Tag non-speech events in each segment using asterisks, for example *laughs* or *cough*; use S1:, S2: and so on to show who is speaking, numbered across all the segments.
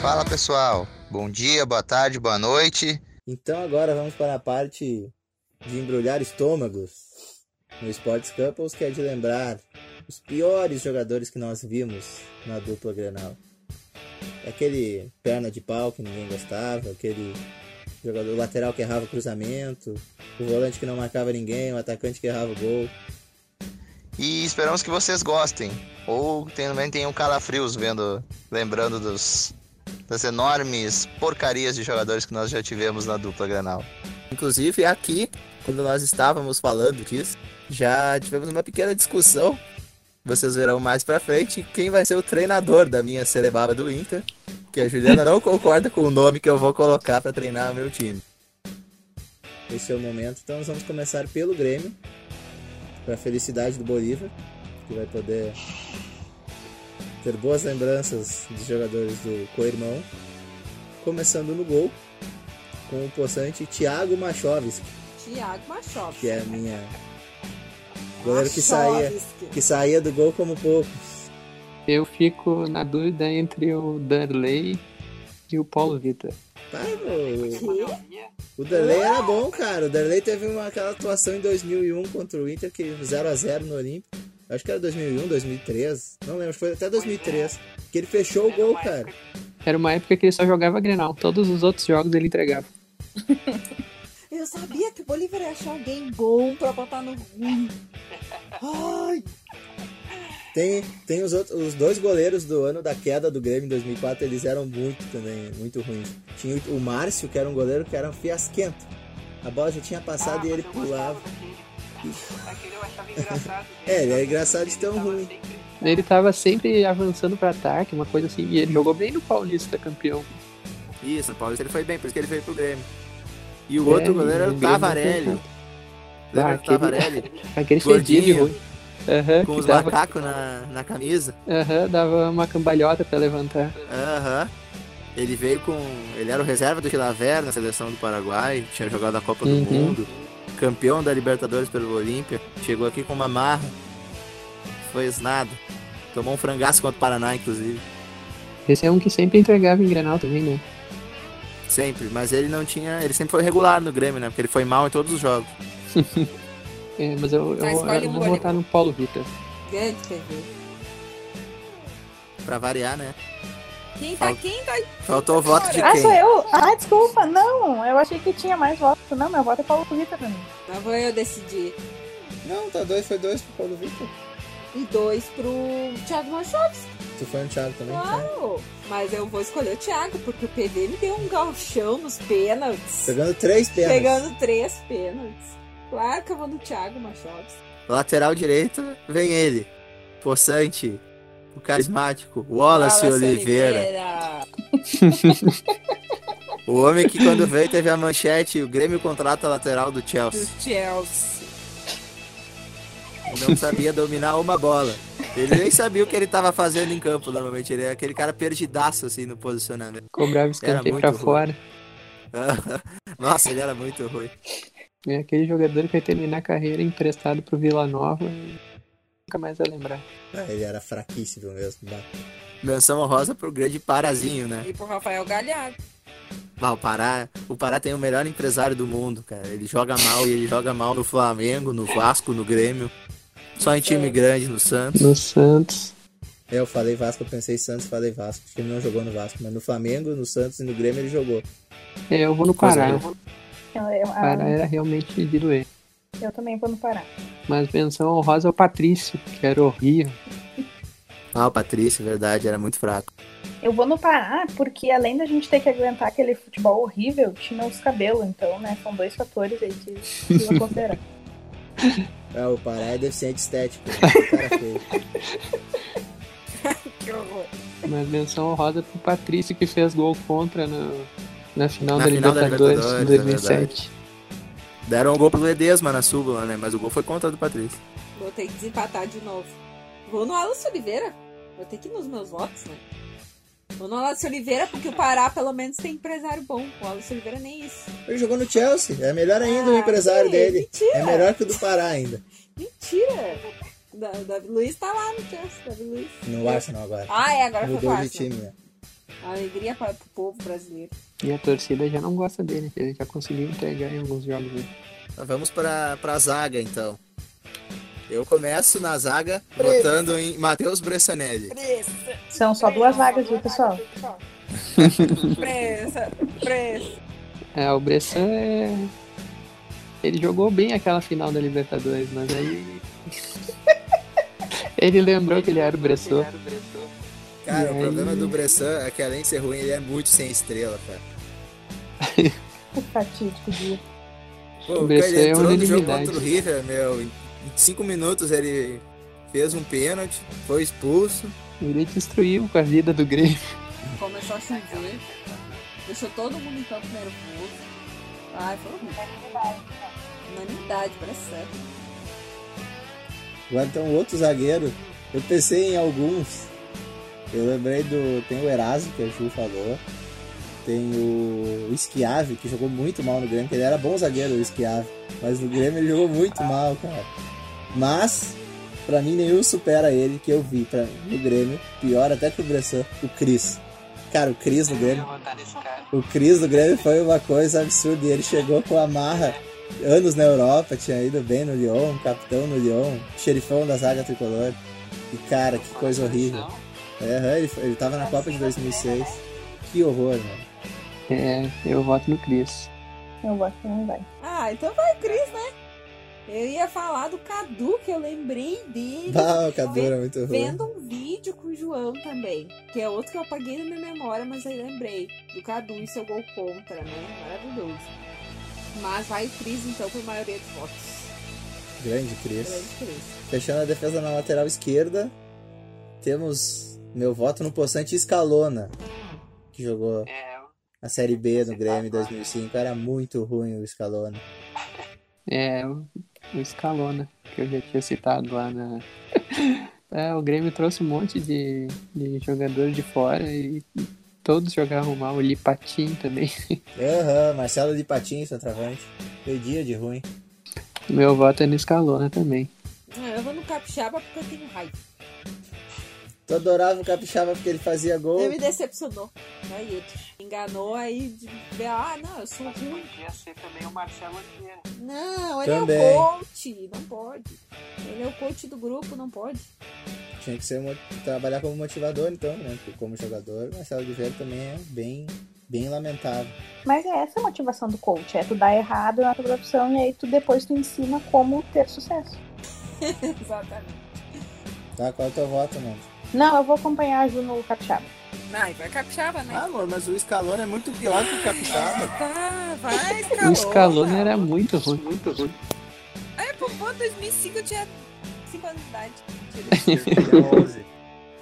S1: Fala pessoal, bom dia, boa tarde, boa noite.
S2: Então agora vamos para a parte de embrulhar estômagos no Sports Couples, que é de lembrar os piores jogadores que nós vimos na dupla Grenal. Aquele perna de pau que ninguém gostava, aquele jogador lateral que errava o cruzamento, o volante que não marcava ninguém, o atacante que errava o gol.
S1: E esperamos que vocês gostem. Ou também tenham calafrios vendo, lembrando dos, das enormes porcarias de jogadores que nós já tivemos na dupla Granal.
S3: Inclusive aqui, quando nós estávamos falando disso, já tivemos uma pequena discussão. Vocês verão mais pra frente quem vai ser o treinador da minha cerebaba do Inter. Que a Juliana não concorda com o nome que eu vou colocar para treinar o meu time.
S2: Esse é o momento, então nós vamos começar pelo Grêmio, para a felicidade do Bolívar, que vai poder ter boas lembranças dos jogadores do co-irmão. Começando no gol, com o possante Thiago Machovski,
S4: Tiago Machop.
S2: que é a minha goleiro que saía, que saía do gol como pouco.
S5: Eu fico na dúvida entre o Darley e o Paulo Vitor.
S2: Pai, o- o Derlei era bom, cara. O Derlei teve uma, aquela atuação em 2001 contra o Inter, que 0x0 no Olímpico. Acho que era 2001, 2003. Não lembro, foi até 2003. Que ele fechou o gol, cara.
S5: Era uma época que ele só jogava Grenal. Todos os outros jogos ele entregava.
S4: Eu sabia que o Bolívar ia achar alguém bom pra botar no ruim. Ai,
S2: Tem, tem os, outros, os dois goleiros do ano da queda do Grêmio em 2004, eles eram muito também, muito ruins. Tinha o Márcio, que era um goleiro que era um fiasquento. A bola já tinha passado Tá, e ele pulava.
S6: Aquele eu achava engraçado. né?
S2: É, ele era engraçado de tão
S6: Tava
S2: ruim.
S6: sempre-
S5: Ele tava sempre avançando pra ataque, uma coisa assim. E ele jogou bem no Paulista, campeão.
S3: Isso, o Paulista ele foi bem, por isso que ele veio pro Grêmio. E o
S5: É,
S3: outro goleiro era
S5: o
S3: o
S5: Grêmio
S3: Tavarelli.
S5: não
S3: Lembra
S5: Ah,
S3: do
S5: aquele- *laughs*
S3: Tavarelli?
S5: Aquele
S3: Gordinho.
S5: fedido de ruim. Aham,
S3: Com
S5: que
S3: os
S5: dava,
S3: macacos na, na camisa.
S5: aham, dava uma cambalhota pra levantar.
S3: Aham. Ele veio com. Ele era o reserva do Quilaver na seleção do Paraguai, tinha jogado a Copa
S5: Uhum.
S3: do Mundo, campeão da Libertadores pelo Olímpia, chegou aqui com uma marra, foi esnado. Tomou um frangaço contra o Paraná, inclusive.
S5: Esse é um que sempre entregava em Grenal também, né?
S3: Sempre, mas ele não tinha. Ele sempre foi regular no Grêmio, né? Porque ele foi mal em todos os jogos.
S5: É, mas eu, eu,
S6: Tá, escolhe
S5: eu
S6: um
S5: vou
S6: goleiro.
S5: votar no Paulo Vitor.
S4: grande TV.
S3: Pra variar, né?
S6: Quem tá, quem tá
S3: Faltou o voto de
S7: Ah, sou
S3: quem?
S7: eu? Ah, desculpa, não. Eu achei que tinha mais voto. Não, meu voto é Paulo Vitor pra mim.
S4: Lá vou eu decidir.
S2: Não, tá dois, foi dois pro Paulo Vitor.
S4: E dois pro Thiago Machop.
S2: Tu foi no Thiago também? tá?
S4: Claro. Mas eu vou escolher o Thiago, porque o PV me deu um galchão nos pênaltis.
S2: Pegando três pernas.
S4: Pegando três pênaltis. Claro que eu vou no Thiago Machop.
S3: Lateral direito, vem ele. Poçante, o carismático, Wallace, Oliveira. O homem que quando veio teve a manchete, o Grêmio contrata a lateral do
S6: do
S3: Chelsea.
S6: Chelsea.
S3: Não sabia dominar uma bola. Ele nem sabia o que ele tava fazendo em campo, normalmente. Ele é aquele cara perdidaço, assim, no posicionamento. *laughs*
S5: Cobrava escanteio
S3: muito
S5: pra
S3: ruim.
S5: fora.
S3: Nossa, ele era muito ruim.
S5: É aquele jogador que vai terminar a carreira emprestado pro Vila Nova e nunca mais vai lembrar.
S2: Ah, ele era fraquíssimo mesmo. né? bah.
S3: Menção honrosa pro grande Parazinho, né?
S6: E pro Rafael Galhardo.
S3: Ah, o Pará, o Pará tem o melhor empresário do mundo, cara. Ele joga mal e ele joga mal no Flamengo, no Vasco, no Grêmio. Só em time grande, no Santos.
S5: No Santos.
S2: Eu falei Vasco, eu pensei Santos, falei Vasco, porque ele não jogou no Vasco, mas no Flamengo, no Santos e no Grêmio ele jogou.
S5: É, eu vou no
S3: Coisa
S5: Pará.
S3: boa.
S7: Eu, eu- ah,
S5: Pará era realmente de doer.
S7: eu também vou no Pará.
S5: Mas menção honrosa ao Patrício, que era horrível.
S3: Ah, o Patrício, verdade, era muito fraco.
S7: Eu vou no Pará porque além da gente ter que aguentar aquele futebol horrível, tinha os cabelos. Então, né, são dois fatores aí que precisa considerar.
S2: Ah, o Pará é deficiente estético. né? Que
S3: *laughs*
S2: cara feio.
S6: Que horror.
S5: Mas menção honrosa é pro Patrício, que fez gol contra no- na final,
S3: Na
S5: da,
S3: final da
S5: Libertadores,
S3: Libertadores,
S5: de
S3: é
S5: 2007.
S3: Deram um gol pro Ledesma na súbula, né? Mas o gol foi contra do Patrício.
S4: Vou ter que desempatar de novo. Vou no Alas Oliveira. Vou ter que ir nos meus votos, né? Vou no Alas Oliveira porque o Pará pelo menos tem empresário bom. O Alas Oliveira nem isso.
S2: Ele jogou no Chelsea, é melhor ainda o
S4: Ah,
S2: empresário
S4: sim,
S2: dele.
S4: Mentira,
S2: É melhor que o do Pará ainda.
S4: mentira. Da- O Davi Luiz tá lá no Chelsea, Davi Luiz.
S2: No Arsenal agora.
S4: Ah, é, agora foi
S2: Mudou de
S4: fácil.
S2: time, né?
S4: Alegria para o povo brasileiro.
S5: E a torcida já não gosta dele, que ele já conseguiu entregar em alguns jogos. né?
S8: Mas Então, vamos pra, pra zaga, então. Eu começo na zaga votando em Matheus Bressanelli.
S9: Pressa.
S7: São só duas vagas, viu, pessoal?
S9: Pressa, pressa.
S5: É, o Bressan é. Ele jogou bem aquela final da Libertadores, mas aí. ele lembrou que ele era o Bressan.
S8: Cara, o
S5: E aí?
S8: problema do Bressan é que além de ser ruim, ele é muito sem estrela, cara.
S7: Que fatídico dia.
S8: Pô,
S5: O
S8: o cara,
S5: Bressan é
S8: ele entrou no jogo
S5: unanimidade.
S8: contra o River, meu. Em em cinco minutos ele fez um pênalti, foi expulso.
S5: Ele destruiu com a vida do Grêmio.
S4: Começou a chover. Deixou todo mundo em campo nervoso. Ai, foi horrível. Unanimidade, pressão.
S3: Agora tem um outro zagueiro. Eu pensei em alguns. Eu lembrei do. Tem o Erasmo, que a Ju falou. Tem o, o Schiave, que jogou muito mal no Grêmio, que ele era bom zagueiro, o Schiave. Mas no Grêmio ele jogou muito mal, cara. Mas, pra mim, nenhum supera ele que eu vi pra, no Grêmio. Pior até que o Bressan, o Cris. Cara, o Cris no Grêmio. O Cris do Grêmio foi uma coisa absurda e ele chegou com a marra. Anos na Europa, tinha ido bem no Lyon, capitão no Lyon, xerifão da zaga tricolor. E cara, que coisa horrível. É, aham, ele, ele tava na Copa de 2006. Que horror, mano.
S5: É, eu voto no Cris.
S7: Eu gosto que não vai.
S4: Ah, então vai o Cris, né? Eu ia falar do Cadu, que eu lembrei dele.
S3: Bah, né? o Cadu era muito ruim.
S4: Vendo um vídeo com o João também, que é outro que eu apaguei na minha memória, mas aí lembrei. Do Cadu e seu gol contra, né? Maravilhoso. Mas vai o Cris, então, por maioria dos votos.
S3: Grande Cris.
S4: Grande Cris.
S3: Fechando a defesa na lateral esquerda, temos meu voto no possante Escalona, que jogou a Série B no Grêmio em 2005. Era muito ruim o Escalona.
S5: É, o o Scalona, que eu já tinha citado lá na. *laughs* É, o Grêmio trouxe um monte de, de jogador de fora e todos jogavam mal. O Lipatin também. *laughs*
S3: Aham, Marcelo de Patinho, centroavante. Deu dia de ruim.
S5: Meu voto é no Scalona também.
S4: Ah, eu vou no Capixaba porque eu tenho raiva.
S3: Tu adorava o Capixaba porque ele fazia gol.
S4: Ele me decepcionou. Aí ele enganou aí de ver, ah, não, eu sou ruim.
S5: Podia ser também o Marcelo Oliveira.
S4: Não, ele
S3: Também.
S4: é o coach, não pode. Ele é o coach do grupo, não pode. *laughs*
S3: Tinha que ser mo- trabalhar como motivador, então, né? Porque como jogador, Marcelo Oliveira também é bem, bem lamentável.
S7: Mas é essa a motivação do coach, é tu dar errado na tua profissão e aí tu depois tu ensina como ter sucesso.
S4: Exatamente.
S3: Tá? Qual é o teu voto, mano?
S7: Não, eu vou acompanhar a Ju no capixaba.
S9: Ai, vai capixaba, né?
S8: Ah, amor, mas o Scalona é muito pior que o Capixaba.
S9: Tá, vai,
S5: O
S9: escalou.
S5: Scalona era muito ruim. Muito ruim.
S9: É, pô, pô, 2005 eu tinha 5 anos de idade.
S3: *laughs*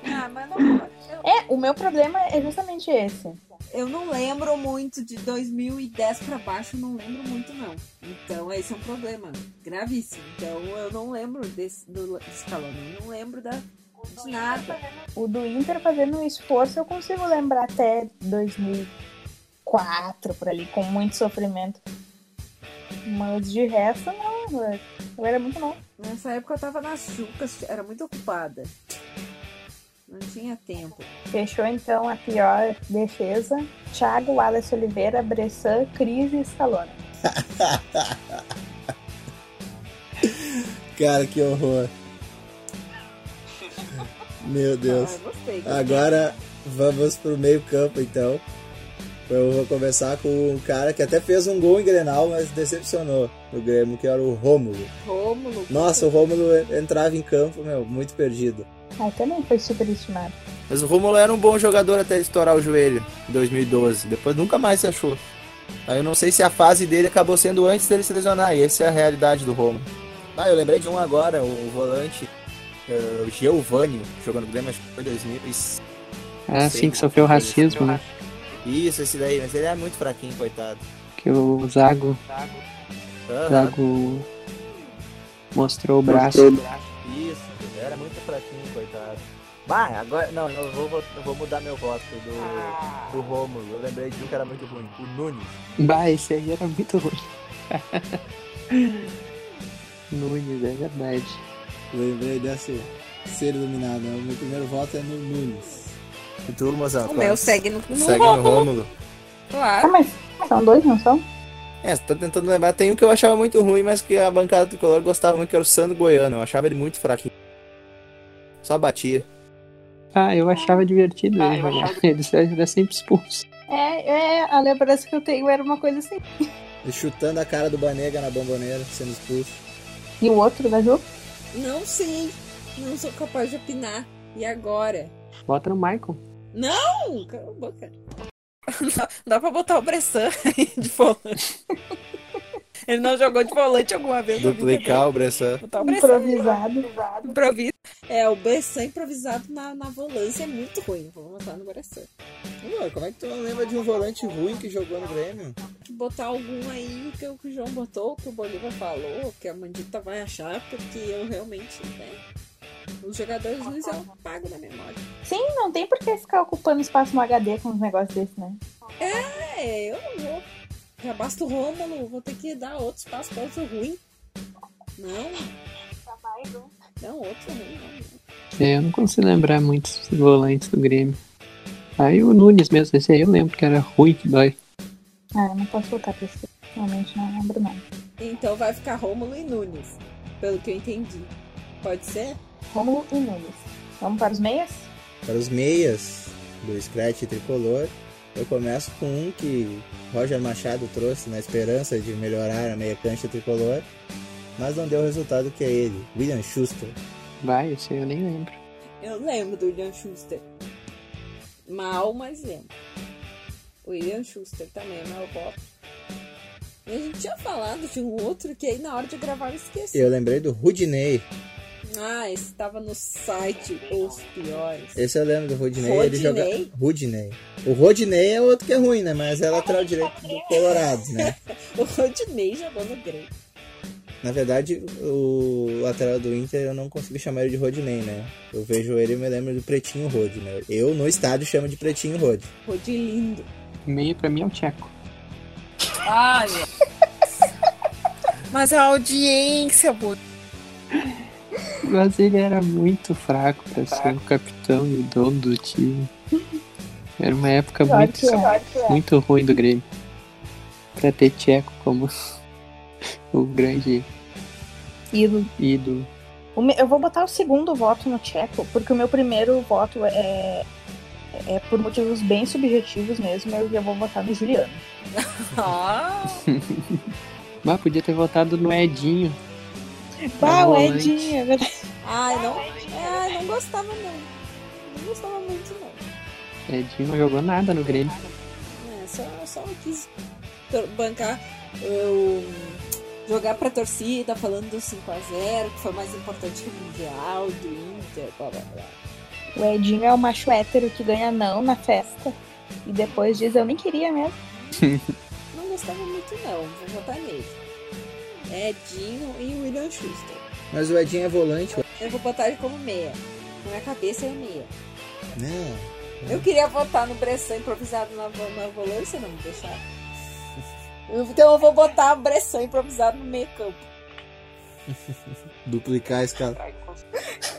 S9: Ah, mas não pode. Eu-
S7: É, o meu problema é justamente esse.
S4: Eu não lembro muito de 2010 pra baixo, eu não lembro muito não. Então esse é um problema gravíssimo. Então eu não lembro desse do escalão, eu não lembro da de nada.
S7: O do Inter fazendo um esforço, eu consigo lembrar até 2004, por ali, com muito sofrimento. Mas de resto, não. eu- Eu era muito mal.
S4: Nessa época eu tava nas chucas, era muito ocupada. Não tinha tempo.
S7: Fechou então a pior defesa. Thiago, Wallace Oliveira, Bressan, Cris e Scalona.
S3: *laughs* Cara, que horror. Meu Deus.
S4: Ah, eu gostei.
S3: Agora vamos pro meio-campo, então. Eu vou começar com um cara que até fez um gol em Grenal, mas decepcionou no Grêmio, que era o Rômulo.
S4: Rômulo.
S3: Nossa, o Rômulo entrava em campo, meu, muito perdido.
S7: Aí também foi superestimado.
S8: Mas o Romulo era um bom jogador até ele estourar o joelho em 2012. Depois nunca mais se achou. Aí eu não sei se a fase dele acabou sendo antes dele se lesionar. E essa é a realidade do Romulo. Ah, eu lembrei de um agora, o volante eh, o Giovanni, jogando Grêmio, acho que foi em 2006.
S5: Ah, sim, que sofreu racismo, né?
S8: Isso, esse daí, mas ele é muito fraquinho, coitado.
S5: Que o Zago,
S8: Aham,
S5: Zago mostrou o braço.
S8: Isso, ele era muito fraquinho, coitado. Bah, agora. Não, eu vou, vou- eu vou mudar meu voto do,
S4: Ah.
S8: do Romulo. Eu lembrei de um que era muito ruim, o Nunes.
S5: Bah, esse aí era muito ruim. *laughs* Nunes, é verdade.
S3: Lembrei dessa ser iluminado. né? O meu primeiro voto é no Nunes.
S10: E tu, moça?
S4: O meu segue no, no
S10: Segue no
S4: Rômulo,
S10: Rômulo.
S7: Ah,
S4: claro.
S7: mas são dois, não são?
S10: É, tô tentando lembrar. Tem um que eu achava muito ruim, mas que a bancada do color gostava muito, que era o Sandro Goiano. Eu achava ele muito fraquinho. Só batia.
S5: Ah, eu achava divertido ele jogar. Ele se- era sempre expulso.
S7: É, é, a lembrança que eu tenho era uma coisa assim.
S3: E chutando a cara do Banega na bomboneira, sendo expulso.
S7: E o outro da Ju?
S4: Não sei. Não sou capaz de opinar. E agora?
S5: Bota no Michael.
S4: Não, cala a boca. *laughs*
S11: Dá pra botar o Bressan aí de volante.
S4: *laughs*
S11: Ele não jogou de volante alguma vez. na vida
S10: Duplicar o Bressan.
S11: dele. Botar o Bressan.
S7: Improvisado.
S11: Improvisa.
S4: É, o Bressan improvisado na, na volância é muito ruim. Vou botar no Bressan.
S3: Ué, como é que tu não lembra de um volante ruim que jogou no Grêmio?
S4: Tem que botar algum aí que o que o João botou, que o Bolívar falou, que a Mandita vai achar, porque eu realmente, né? Os jogadores ruins eu apago da memória.
S7: Sim, não tem por que ficar ocupando espaço no HD com uns negócios desses, né?
S4: É, eu não vou. Já basta o Rômulo, vou ter que dar outro espaço pra outro ruim. Não, não, outro ruim, não. né? não.
S5: É, eu não consigo lembrar muitos volantes do Grêmio. Aí o Nunes mesmo, esse aí eu lembro que era ruim que dói.
S7: Ah, eu não posso voltar pra isso. Realmente não lembro, não.
S4: Então vai ficar Rômulo e Nunes, pelo que eu entendi. Pode ser?
S7: Romulo e Nunes. Vamos para os meias?
S3: Para os meias do Scratch Tricolor, eu começo com um que Roger Machado trouxe na esperança de melhorar a meia cancha tricolor, mas não deu o resultado que é ele, William Schuster.
S5: Vai, esse aí eu nem lembro.
S4: Eu lembro do William Schuster. Mal, mas lembro. O William Schuster também é meu voto. E a gente tinha falado de um outro que aí na hora de gravar eu esqueci.
S3: Eu lembrei do Rudinei.
S4: Ah, esse tava no site Os Piores.
S3: Esse eu lembro do Rudinei. Ele joga...
S4: Rodinei?
S3: Rudinei. O Rodinei é outro que é ruim, né? Mas é lateral direito do Colorado, né?
S4: O Rodinei jogou no Grêmio.
S3: Na verdade, o lateral do Inter eu não consigo chamar ele de Rodinei, né? Eu vejo ele e me lembro do Pretinho Rod, né? Eu no estádio chamo de Pretinho Rod.
S4: Rodilindo.
S5: Meio pra mim é o Tcheco.
S11: Ah, Mas a audiência, pô.
S5: Mas ele era muito fraco pra ser o capitão e o dono do time. Era uma época
S7: Pior
S5: muito,
S7: que é.
S5: muito ruim do Grêmio. Pra ter Tcheco como *laughs* o grande
S7: Ídolo.
S5: ídolo.
S7: O me- Eu vou botar o segundo voto no Tcheco, porque o meu primeiro voto é, é por motivos bem subjetivos mesmo, eu já vou votar no Juliano.
S11: Ah,
S5: Mas podia ter votado no Edinho.
S7: Ah, o
S5: Volante.
S7: Edinho, é verdade.
S4: Ai, não. é, Ai, não gostava não. Não gostava muito não.
S5: Edinho não jogou nada no Grêmio.
S4: É, só, só quis tor- bancar eu jogar pra torcida falando do 5x0, que foi mais importante que o Mundial, do Inter, blá blá blá.
S7: O Edinho é o macho hétero que ganha não na festa. E depois diz, eu nem queria mesmo.
S4: Não gostava muito não, vou votar nele. Edinho e William Schuster.
S3: Mas o Edinho é volante, ué.
S4: Eu vou botar ele como meia. Na minha cabeça é meia.
S3: Não.
S4: Eu queria votar no Bressan improvisado na, vo- na volância, não me deixaram. Eu- Então eu vou botar o Bressan improvisado no meio campo.
S3: Duplicar a escala.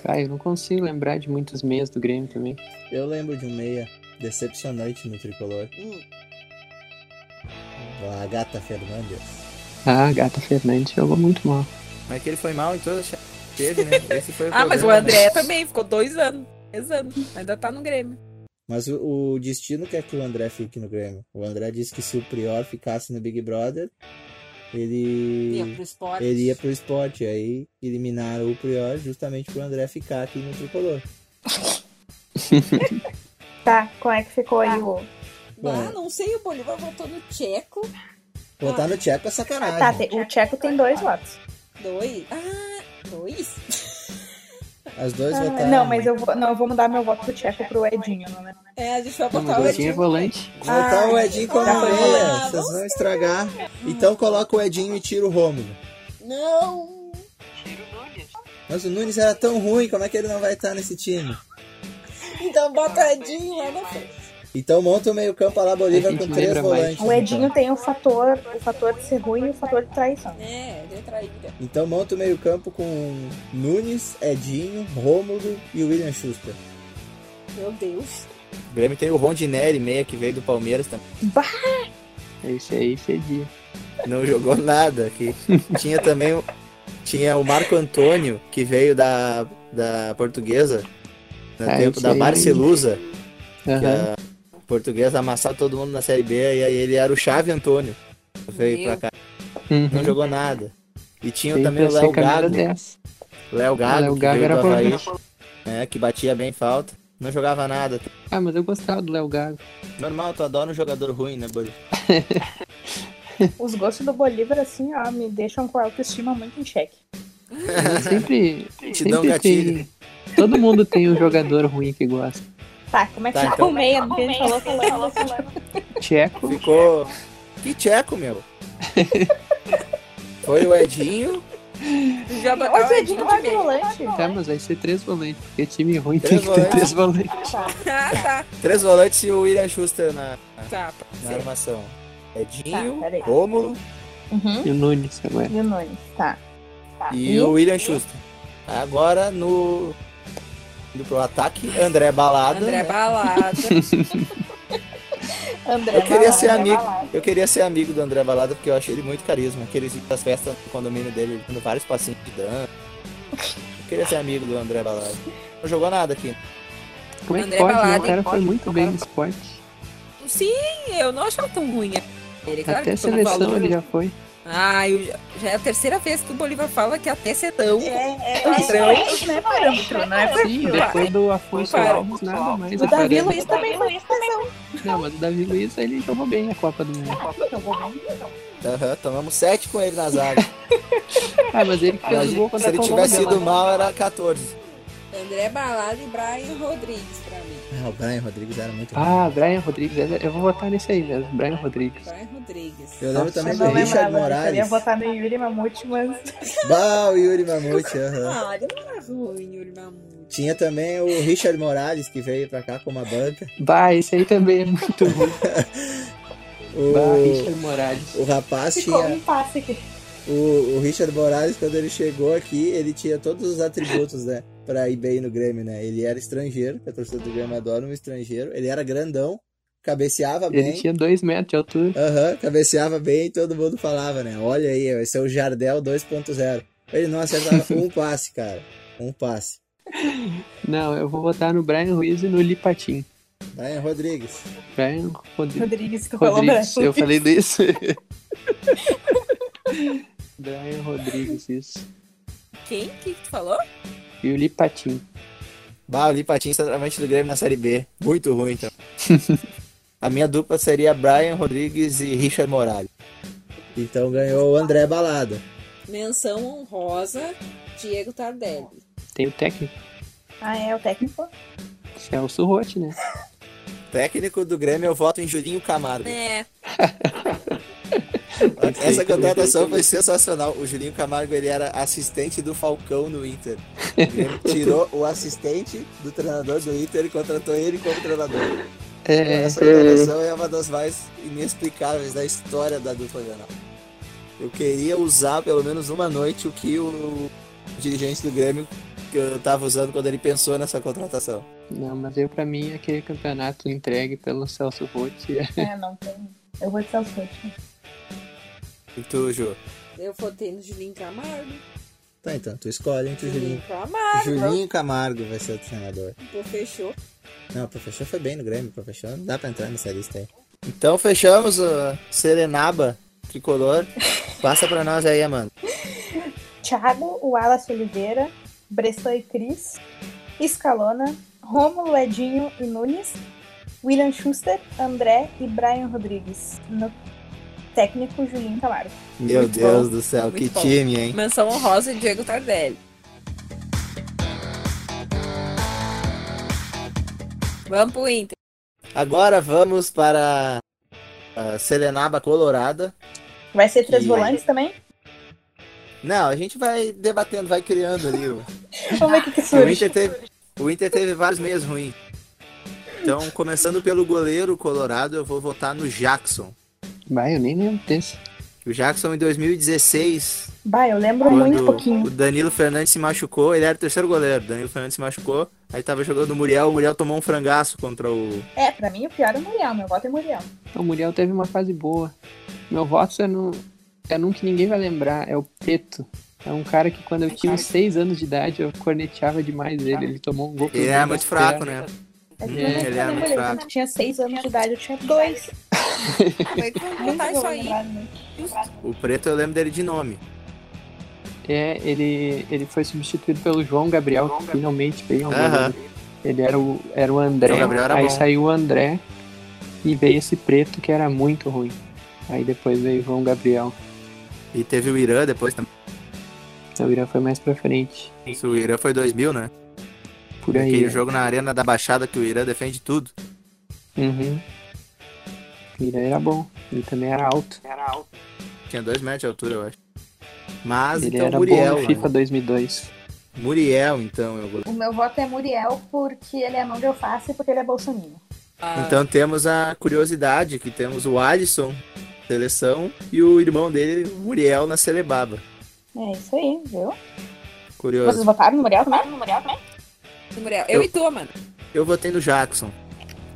S5: Ah, eu não consigo lembrar de muitos meias do Grêmio também.
S3: Eu lembro de um meia decepcionante no tricolor.
S4: Hum.
S3: A gata Fernandes.
S5: Ah, Gata Fernandes jogou muito mal.
S10: Mas é que ele foi mal em todas as Teve,
S3: *laughs*
S10: né? Esse foi o
S11: ah mas o
S10: problema, né?
S11: André também ficou dois anos. Três anos. Ainda tá no Grêmio.
S3: Mas o, o destino quer que o André fique no Grêmio. O André disse que se o Prior ficasse no Big Brother,
S4: Ia
S3: ele,
S4: pro esporte.
S3: ele ia pro esporte. Aí eliminaram o Prior justamente pro André ficar aqui no tricolor.
S7: Tá, como é que ficou aí o...
S4: Ah, não sei, o Bolívar votou no Tcheco.
S3: Botar no Tcheco é
S7: Tá,
S3: sacanagem.
S7: tem- o Tcheco tem dois votos.
S4: Dois. Ah, dois?
S3: As duas
S7: Ah,
S3: votaram.
S7: não, mas eu vou, não, eu vou mudar meu voto pro Tcheco pro Edinho, não é?
S4: É, a gente vai
S5: Não,
S4: botar
S5: mas
S4: o
S5: o Edinho é
S4: Edinho.
S5: volante.
S3: Botar o Edinho
S7: tá
S3: como
S4: Ah,
S3: meia.
S4: não
S3: Vocês vão estragar. Então coloca o Edinho e tira o Rômulo.
S4: Não!
S3: Mas o Nunes era tão ruim, como é que ele não vai estar nesse time?
S4: Então bota o Edinho lá na frente.
S3: Então monta o meio campo lá Bolívar
S5: A gente
S3: com três
S5: lembra mais.
S3: volantes.
S7: O Edinho tem o fator, o fator de ser ruim e o fator de traição.
S4: É, ele é traíra.
S3: Então monta o meio-campo com Nunes, Edinho, Rômulo e William Schuster.
S4: Meu Deus.
S3: O Grêmio tem o Rondinelli, meia que veio do Palmeiras também.
S5: Esse aí cedia.
S3: Não jogou nada aqui. Tinha também o- tinha o Marco Antônio, que veio da, da portuguesa, no
S5: É,
S3: tempo
S5: esse
S3: da
S5: aí-
S3: Barcelusa.
S5: Aham.
S3: Portuguesa amassar todo mundo na Série B, e aí ele era o Chave Antônio. Veio
S4: Meu.
S3: pra cá, não
S5: Uhum.
S3: jogou nada. E tinha
S5: Tem
S3: também o
S5: que ser
S3: Léo
S5: camisa
S3: Gago.
S5: 10.
S3: Léo Gago,
S5: Ah, Léo
S3: que
S5: Gago
S3: veio
S5: era
S3: do Havaí,
S5: problema.
S3: né, que batia bem falta. Não jogava nada.
S5: Ah, mas eu gostava do
S3: *laughs*
S5: Léo Gago.
S3: Normal, tu adora um jogador ruim, né, Boris?
S7: Os gostos do Bolívar, assim, ó, me deixam com a autoestima muito em xeque.
S5: Sempre,
S3: Te dá um
S5: sempre
S3: gatilho.
S5: tem. Todo mundo tem um jogador ruim que gosta.
S7: Tá, como é que
S3: Tá,
S7: tá,
S3: então-
S7: o meia? Porque a gente falou, falou, falou, falou.
S5: Tcheco,
S3: Ficou. Que tcheco, meu.
S5: *laughs*
S3: Foi o Edinho,
S4: Já botar
S7: Hoje
S4: o
S7: é de
S4: Edinho de
S7: roda
S4: meio.
S7: volante.
S5: tá, mas vai ser três volantes. Porque time ruim
S3: Três
S5: tem que ter
S3: volantes.
S5: três volantes.
S4: Ah,
S3: três volantes e o William Schuster na,
S4: tá. Tá, pode
S3: na
S4: ser.
S3: armação. Edinho,
S7: Tá, peraí.
S3: Rômulo
S7: Uhum.
S5: E o Nunes né, agora.
S7: E o Nunes, tá. tá.
S3: e o William Schuster. Agora no. Indo pro ataque, André
S5: Tá
S3: Balada.
S4: André
S3: né?
S5: *laughs*
S4: Balada.
S7: André
S3: Eu queria ser
S7: Balada,
S3: amigo.
S7: Balada.
S3: Eu queria ser amigo do André Balada porque eu achei ele muito carisma. Aqueles das festas do condomínio dele, dando vários passinhos de dança. Eu queria ser amigo do André Balada. Não jogou nada aqui.
S5: Como é que
S4: André
S5: pode?
S4: Balada,
S5: né?
S4: hein?
S5: O cara foi
S4: Pode,
S5: muito bem no esporte.
S4: Sim, eu não achava tão ruim. Ele, claro
S5: Até
S4: que
S5: a
S4: foi um
S5: seleção
S4: valor.
S5: ele já foi.
S4: Ah, eu já, já é a terceira vez que o Bolívar fala que até sertão.
S7: É, é,
S4: Padrão.
S7: é, né, parâmetro, né?
S4: É.
S5: Sim, depois do Afonso
S4: Para.
S5: Alves, nada mais.
S7: O
S4: é
S7: Davi
S4: um
S5: aparece.
S7: Luiz também foi expressão.
S5: Não, mas o Davi Luiz ele jogou bem a Copa do Mundo.
S3: Aham, tomamos 7 com ele na zaga.
S5: Ah, mas ele que
S3: Se a
S5: fez o gol
S3: gente- se
S5: contra a
S3: ele
S5: Colômbia.
S3: tivesse ido
S5: lá.
S3: mal, era 14.
S4: André Balada e Brian Rodrigues pra mim.
S3: Ah, o Brian Rodrigues era muito
S5: Ah, Brian Rodrigues, eu vou votar nesse aí mesmo, Brian Rodrigues.
S4: Brian Rodrigues.
S3: Eu lembro
S5: Nossa,
S3: também
S7: Eu
S3: do
S7: não
S3: Richard
S7: lembrava, eu
S3: Morales.
S7: queria votar no Yuri Mamute, mas
S3: Bah, o Yuri Mamute, aham.
S4: Ah, ele é não era ruim, Yuri Mamute.
S3: Tinha também o Richard Morales, que veio pra cá com uma banca.
S5: Bah, esse aí também
S3: *laughs*
S5: é muito ruim. Bah,
S3: O,
S5: Richard Morales.
S3: o rapaz
S7: ficou
S3: tinha.
S7: um passe aqui.
S3: O, o Richard Morales, quando ele chegou aqui, ele tinha todos os atributos, né? Pra ir bem no Grêmio, né? Ele era estrangeiro, que a torcida do Grêmio adora um estrangeiro. Ele era grandão, cabeceava
S5: Ele
S3: bem.
S5: tinha dois metros de altura.
S3: Aham, cabeceava bem e todo mundo falava, né? Olha aí, esse é o Jardel 2.0. Ele não
S5: *laughs*
S3: acertava um passe, cara. Um passe.
S5: Não, eu vou votar no Brian Ruiz e no Lipatim.
S3: Brian Rodrigues.
S5: Brian Rodrigues.
S7: Rodrigues, tu falou
S5: Rodrigues, eu
S7: branco.
S5: falei disso. Brian Rodrigues, isso.
S4: Quem? que tu falou?
S5: E o Lipatim.
S3: Bah, o Lipatinho centroavante tá do Grêmio na Série B. Muito ruim, então. *laughs* a minha dupla seria Brian Rodrigues e Richard Morales. Então ganhou o André Balada.
S4: Menção honrosa, Diego Tardelli.
S5: Tem o técnico,
S7: Ah, é, o técnico.
S5: Celso Rotti, né?
S3: Técnico do Grêmio, eu voto em Julinho Camargo.
S4: É,
S3: Essa contratação foi sensacional. O Julinho Camargo ele era assistente do Falcão no Inter. Ele tirou o assistente do treinador do Inter e contratou ele como treinador.
S5: É,
S3: Essa contratação é uma das mais inexplicáveis da história da dupla Granal. Eu queria usar pelo menos uma noite o que o dirigente do Grêmio que eu tava usando quando ele pensou nessa contratação.
S5: não, mas eu pra mim aquele campeonato entregue pelo Celso Rotti *laughs*
S7: É, não tem. Eu vou de Celso Rotti.
S3: E tu, Ju?
S4: eu votei no Julinho Camargo.
S3: Tá, então, tu escolhe entre
S4: Julinho Camargo.
S3: Camargo vai ser o treinador.
S4: Pô, fechou.
S3: Não, o professor foi bem no Grêmio, o professor não dá pra entrar nessa lista aí. Então fechamos o Serenaba Tricolor. Passa pra nós aí, Amanda.
S7: Thiago, o Wallace Oliveira, Bressan e Cris, Escalona, Rômulo, Edinho e Nunes, William Schuster, André e Brian Rodrigues. No técnico, Julinho Camargo.
S3: Meu
S4: Muito
S3: Deus
S4: bom.
S3: do céu,
S4: Muito
S3: que
S4: bom.
S3: time, hein?
S4: Menção honrosa, Diego Tardelli. Vamos pro Inter.
S3: Agora vamos para a Serenaba Colorada.
S7: Vai ser três
S3: E-
S7: volantes também?
S3: Não, a gente vai debatendo, vai criando ali. o-
S7: Vamos ver o que, que
S3: O
S7: surge.
S3: Inter teve, o Inter teve vários meias ruins. Então, começando pelo goleiro colorado, eu vou votar no Jackson.
S5: Bah, eu nem lembro desse.
S3: O Jackson em 2016,
S7: Bah, eu lembro muito
S3: quando
S7: pouquinho.
S3: o Danilo Fernandes se machucou, ele era o terceiro goleiro. O Danilo Fernandes se machucou, aí tava jogando o Muriel, o Muriel tomou um frangaço contra o.
S7: É, pra mim o pior é o Muriel, meu voto é Muriel.
S5: O Muriel teve uma fase boa. Meu voto é num, é num que ninguém vai lembrar, é o Peto. É um cara que quando eu tinha 6 anos de idade eu corneteava demais ele. Ele tomou um gol
S3: Ele
S5: era
S3: era muito fraco, né?
S7: É que
S3: Hum,
S7: eu lembro
S3: ele
S7: quando
S3: era
S7: eu
S3: muito
S7: olhei,
S3: fraco.
S7: Quando eu tinha seis anos de idade, eu tinha dois.
S6: Ah, mas vamos
S7: Nunca
S6: botar
S7: vou
S6: isso aí.
S7: lembrar, né?
S3: O preto eu lembro dele de nome.
S5: É, ele, ele foi substituído pelo João Gabriel, que finalmente veio um
S3: Aham.
S5: goleiro. Ele era o, era o André.
S3: João Gabriel era
S5: aí
S3: bom.
S5: saiu o André e veio esse preto que era muito ruim. Aí depois veio o João Gabriel.
S3: E teve o Irã depois também.
S5: Então, O Irã foi mais pra frente.
S3: Isso, O Irã foi 2000, né?
S5: Por aí.
S3: Aquele
S5: né?
S3: jogo na Arena da Baixada que o Irã defende tudo.
S5: Uhum. O Irã era bom. Ele também era alto.
S3: Tinha dois metros de altura, eu acho. Mas
S5: Ele
S3: então
S5: era
S3: Muriel.
S5: bom no
S3: né?
S5: FIFA 2002.
S3: Muriel, então, eu goleiro.
S7: O meu voto é Muriel porque ele é mão de alface e porque ele é bolsominho.
S3: Então temos a curiosidade que temos o Alisson, seleção, e o irmão dele, Muriel, na Celebaba.
S7: É isso aí, viu?
S3: Curioso.
S7: Vocês votaram no Muriel também? No Muriel também?
S4: Ah,
S6: Muriel, eu
S3: Eu-
S6: e tu, mano.
S3: Eu votei no Jackson.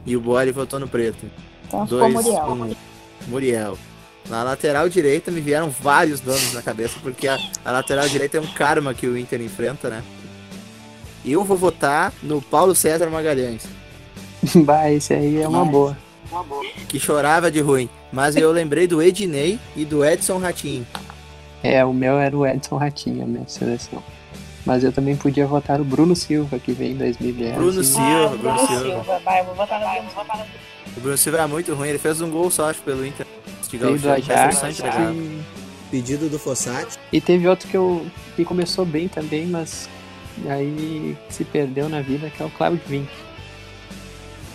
S3: E o Bori votou no preto.
S7: Então ficou
S3: Dois.
S7: Muriel.
S3: um. Muriel. Na lateral direita me vieram vários nomes na cabeça, porque a, a lateral direita é um karma que o Inter enfrenta, né? E eu vou votar no Paulo César Magalhães,
S5: *laughs* bah, esse aí é uma boa.
S3: que chorava de ruim. Mas eu lembrei do Ednei e do Edson Ratinho.
S5: É, o meu era o Edson Ratinha, a minha seleção. Mas eu também podia votar o Bruno Silva, que veio em 2010.
S3: Bruno
S5: e- assim,
S3: Silva, Bruno Silva.
S7: Silva. Vai, eu vou votar no Bruno Silva.
S3: O Bruno Silva era muito ruim, ele fez um gol só, acho, pelo Inter. Este
S5: Veio do
S3: gauchão, que a
S5: Ajax.
S3: seleção entregava.
S5: e-
S2: Pedido do Fossati.
S5: E teve outro que, eu, que começou bem também, mas aí se perdeu na vida, que é o Cláudio Vink.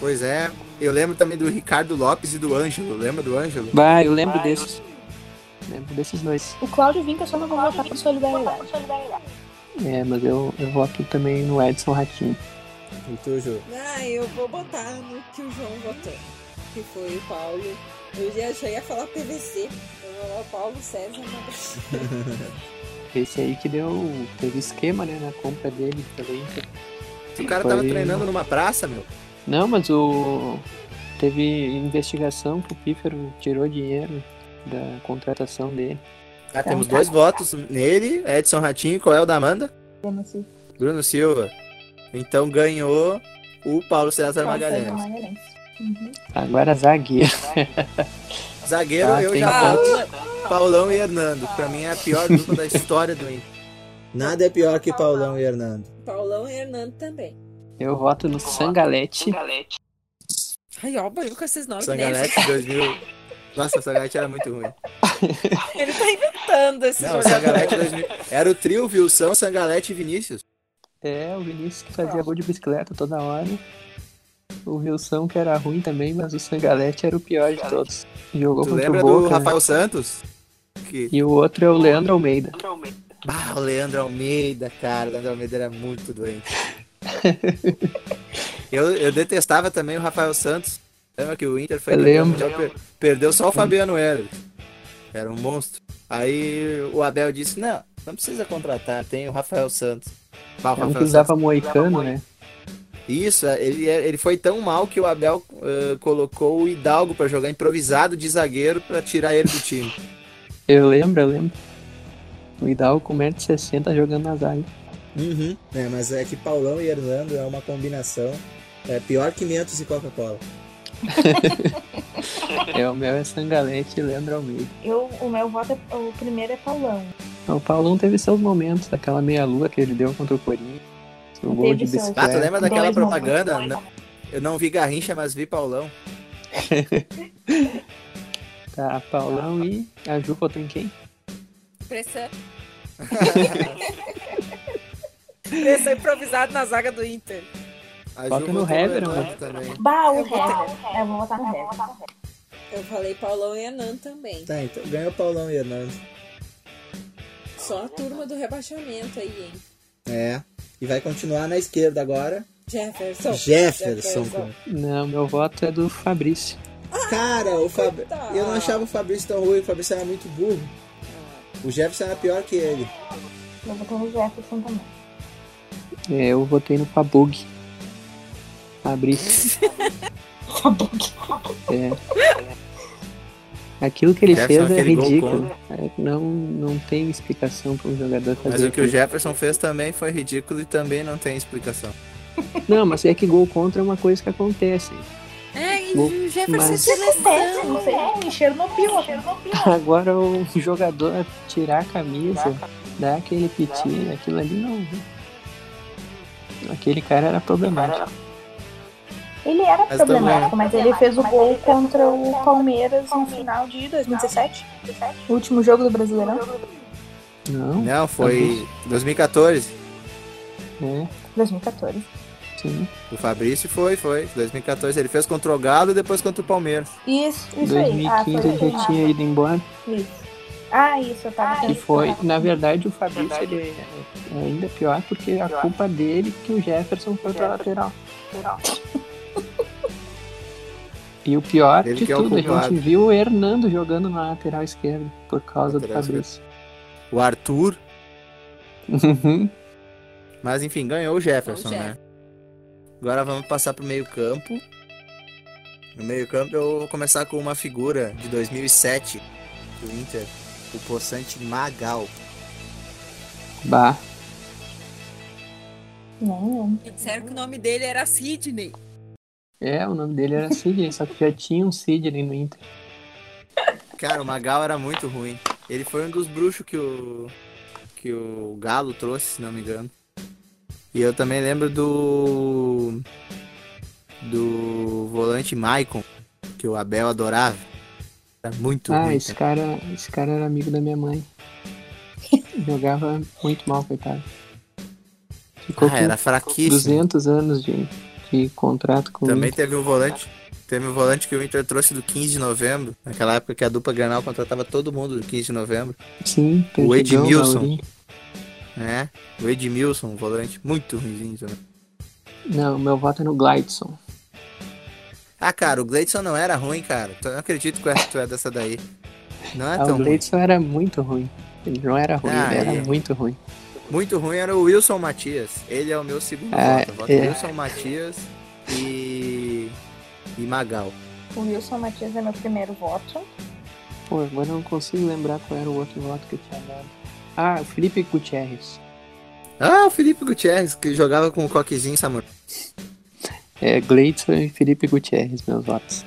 S3: Pois é, eu lembro também do Ricardo Lopes e do Ângelo, lembra do Ângelo?
S5: Bah, eu lembro desses. Lembro desses dois.
S7: O Cláudio Vinca só não vou votar por solidariedade.
S5: É, mas eu, eu voto também no Edson Ratinho.
S2: E tu, Então, Ju?
S4: Ah, eu vou botar no que o João votou, que foi o Paulo. Eu já, já ia falar PVC, eu vou falar o Paulo César mas...
S5: Esse aí que deu. Teve esquema, né, na compra dele pelo Inter.
S3: O cara tava
S5: Foi-
S3: treinando numa praça, meu.
S5: Não, mas o. Teve investigação que o Pífero tirou dinheiro da contratação dele.
S3: Ah, temos dois
S2: tá?
S3: votos nele, Edson Ratinho, qual é o da Amanda?
S7: Bruno Silva.
S3: Bruno Silva. Então ganhou o Paulo César
S7: Paulo César
S3: Magalhães.
S7: Magalhães. Uhum.
S5: Agora zagueiro.
S3: Zagueiro,
S2: Ah,
S5: Tá,
S3: eu
S5: tem
S3: já
S5: Paulo.
S3: voto Paulão e Hernando. Pra mim é a pior dupla da história do Inter.
S2: Nada é pior que Paulão e Hernando.
S4: Paulão e Hernando também.
S5: Eu voto no Sangalete.
S6: Ai, ó, barulho com esses nomes, né?
S3: Sangalete 2000. Nossa, o Sangalete era muito ruim.
S6: *laughs* Ele tá inventando esse
S3: Não, o
S6: jogo.
S3: Sangalete 2000. Era o trio Vilsão, Sangalete e Vinícius.
S5: É, o Vinícius que fazia gol de bicicleta toda hora. O Wilson que era ruim também, mas o Sangalete era o pior de todos. Jogou
S3: Tu
S5: contra o
S3: lembra
S5: Boca.
S3: do
S5: né?
S3: Rafael Santos? Que...
S5: E o outro é o Leandro Almeida.
S3: Bah, Ah, o Leandro Almeida, cara. O Leandro Almeida era muito
S5: *laughs*
S3: doente. eu, eu detestava também o Rafael Santos. Lembra que o Inter foi.
S5: Eu
S3: campeão
S5: lembro.
S3: mundial, per- perdeu só o Fabiano Heller. Era um monstro. Aí o Abel disse: Não, não precisa contratar, tem o Rafael Santos. Bah, o
S5: É um
S3: Rafael
S5: que usava moicano, né?
S3: Santos- Isso, ele, é- ele foi tão mal que o Abel eh, colocou o Hidalgo pra jogar improvisado de zagueiro pra tirar ele do time.
S5: Eu lembro, eu lembro. O Hidalgo com 1,60m jogando na zaga.
S2: Uhum. É, mas é que Paulão e Hernando é uma combinação. É pior que Mentos e Coca-Cola.
S5: É, o meu é Sangalete e Leandro Almeida. Então,
S7: Eu, o meu voto é. O primeiro é Paulão.
S5: O Paulão teve seus momentos, daquela meia-lua que ele deu contra o Corinthians. O gol de
S7: Teve seus.
S2: É.
S3: Ah, tu
S5: bicicleta.
S3: lembra daquela
S7: Dois
S3: propaganda?
S7: momentos.
S3: Não- eu não vi Garrincha, mas vi Paulão.
S5: Tá, Paulão e a Ju votou em quem?
S6: Pressão. Pressão improvisado na zaga do Inter.
S3: A Ju
S5: Bota no
S3: votou
S5: Hever,
S3: Hernando
S7: né?
S5: mano.
S3: também.
S7: Bah, o
S6: Eu vou-
S7: Hever. É, Eu vou votar no Hever.
S4: Eu falei Paulão e Hernando também.
S2: Tá, então ganha o Paulão e Hernando.
S4: Só a turma do rebaixamento aí, hein?
S2: É. E vai continuar na esquerda agora. Então,
S4: Jefferson.
S2: Jefferson.
S4: Jefferson.
S5: Não, meu voto é do Fabrício.
S2: Cara, o Fab...
S4: coitado.
S2: eu não achava o Fabrício tão ruim, o Fabrício era muito burro. O Jefferson era pior que ele.
S7: Eu vou ter no Jefferson também.
S5: É, eu votei no Fabug. Fabrício. É. Aquilo que ele
S3: Jefferson,
S5: fez é
S3: aquele gol
S5: ridículo. É, não, não tem explicação para um jogador fazer
S3: Mas o que o
S5: aquilo.
S3: Jefferson fez também foi ridículo e também não tem explicação.
S5: Não, mas é que gol contra é uma coisa que acontece.
S6: É, e
S5: Bom,
S6: o Jefferson é
S5: mas-
S7: Acontece,
S6: seleção.
S7: não sei. É, em Chernobyl, em Chernobyl.
S5: *laughs* Agora o jogador tirar a camisa, dar aquele pitinho, aquilo ali não. Aquele cara era problemático.
S7: Ele era
S3: Mas
S7: problemático, mas ele fez o gol contra o Palmeiras no final de 2017. O último jogo do Brasileirão.
S5: Não,
S3: Não, foi 2014.
S5: né?
S7: 2014.
S5: Sim.
S3: O Fabrício foi, foi. 2014 ele fez contra o Galo e depois contra o Palmeiras.
S7: Isso,
S5: Em
S7: isso aí. Ah,
S5: 2015 ele
S7: foi
S5: já tinha ido embora.
S7: isso. Ah, isso, eu tava
S5: E
S7: pensando.
S5: foi, na verdade, o Fabrício ele é ainda pior porque a culpa dele que o Jefferson foi pra lateral. *laughs* E o pior
S3: Ele
S5: de
S3: que é o
S5: tudo, a
S3: culpado.
S5: gente viu o Hernando jogando na lateral esquerda por causa do
S3: Lateral
S5: Fabrício.
S3: O Arthur.
S5: Uhum.
S3: Mas enfim, ganhou o Jefferson,
S6: O Jefferson.
S3: né? Agora vamos passar pro meio-campo. No meio-campo eu vou começar com uma figura de 2007 do Inter, o possante Magal.
S5: *laughs* bah,
S7: Não,
S6: E Disseram que o nome dele era Sidney.
S5: é, o nome dele era Sidney, só que já tinha um Sidney no Inter.
S3: Cara, o Magal era muito ruim. Ele foi um dos bruxos que o que o Galo trouxe, se não me engano. E eu também lembro do do volante Maicon, que o Abel adorava. Era muito
S5: ah,
S3: ruim.
S5: esse cara, esse cara era amigo da minha
S3: *laughs*
S5: mãe. Jogava muito mal, coitado. Ficou
S3: cara. Ah,
S5: com
S3: era fraquíssimo.
S5: 200 anos de, de contrato com o
S3: Também teve um volante. Teve um volante que o Inter trouxe do 15 de novembro. Naquela época que a dupla Granal contratava todo mundo do 15 de novembro.
S5: Sim,
S3: O
S5: Perdigão,
S3: Edmilson.
S5: Maurinho.
S3: Né? O Edmilson, um volante muito ruimzinho também.
S5: Não, meu voto é no Glideson.
S3: Ah, cara, o Gleidson não era ruim, cara. Eu não acredito que tu é dessa daí. Não é
S5: ah,
S3: tão
S5: o
S3: ruim.
S5: Gleidson era muito ruim. Ele não era ruim,
S3: Ah,
S5: ele era
S3: é.
S5: muito ruim.
S3: Muito ruim era o Wilson Matias. Ele é o meu segundo
S5: Ah,
S3: voto. Eu voto
S5: é.
S3: Wilson Matias e. e Magal.
S7: o Wilson Matias é meu primeiro voto.
S5: Pô, agora eu não consigo lembrar qual era o outro voto que eu tinha dado. Ah, o Felipe Gutierrez.
S3: Ah, o Felipe Gutierrez, que jogava com o coquezinho Samuel.
S5: É, Gleidson e Felipe Gutierrez, meus votos.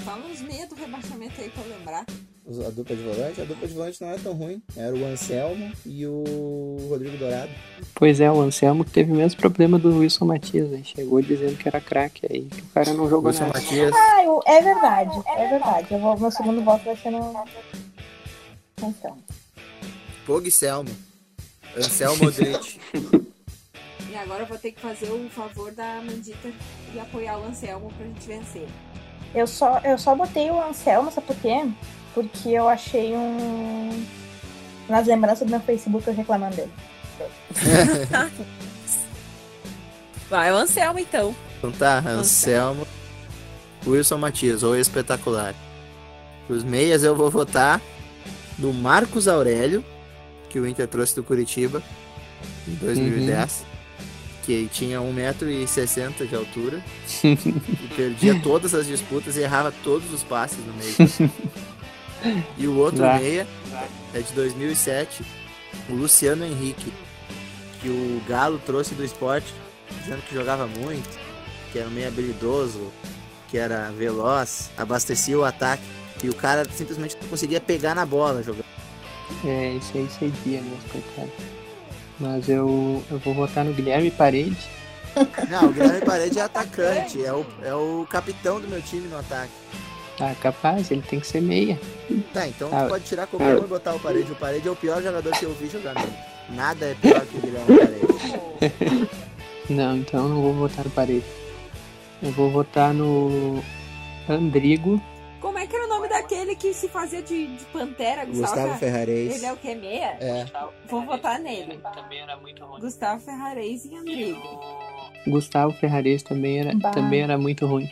S4: Fala uns meia do rebaixamento aí pra eu lembrar.
S2: Os- A dupla de volante, a dupla de volante não era tão ruim. Era o Anselmo e o Rodrigo Dourado.
S5: Pois é, o Anselmo que teve o mesmo problema do Wilson Matias, aí chegou dizendo que era craque, aí que o cara não jogou
S3: Wilson
S5: nada.
S3: Matias.
S7: Ah, eu- é verdade, é verdade. Eu vou, meu segundo voto vai ser no. Então.
S3: Pogselmo. Anselmo Modric.
S4: E agora eu vou ter que fazer o favor da Mandita e apoiar o Anselmo pra gente vencer.
S7: Eu só, eu só botei o Anselmo, sabe por quê? Porque eu achei um. Nas lembranças do meu Facebook eu reclamando dele.
S6: Vai, o Anselmo então.
S3: Então tá, Anselmo. Wilson Matias, ou espetacular. Os meias eu vou votar no Marcos Aurélio, que o Inter trouxe do Curitiba em 2010. Que tinha 1,60m de altura. e perdia todas as disputas e errava todos os passes no meio. e o outro
S5: Vá.
S3: meia é de 2007, o Luciano Henrique, que o Galo trouxe do esporte, dizendo que jogava muito, que era meio habilidoso, que era veloz, abastecia o ataque. E o cara simplesmente não conseguia pegar na bola jogando.
S5: É, esse aí cedia mesmo, coitado. Mas eu, eu vou votar no Guilherme Parede.
S3: Não, o Guilherme Parede é atacante, é o, é o capitão do meu time no ataque.
S5: Ah, capaz, ele tem que ser meia.
S3: Tá, então
S5: Ah,
S3: tu pode tirar qualquer um e botar o Parede. O Parede é o pior jogador que eu vi jogar mesmo. Nada é pior que o Guilherme Parede.
S5: Não, então eu não vou votar no Parede. Eu vou votar no Andrigo.
S4: *laughs* Como é que era o nome daquele que se fazia de, de pantera, Gustavo?
S2: Gustavo
S4: Ferra-
S2: Ferrarese.
S4: Ele é o que? Meia?
S2: É.
S4: Vou votar nele.
S5: Também era muito ruim.
S4: Gustavo Ferrarez e Andrigo.
S5: Gustavo Ferrares também era,
S7: Bah.
S5: também era muito ruim.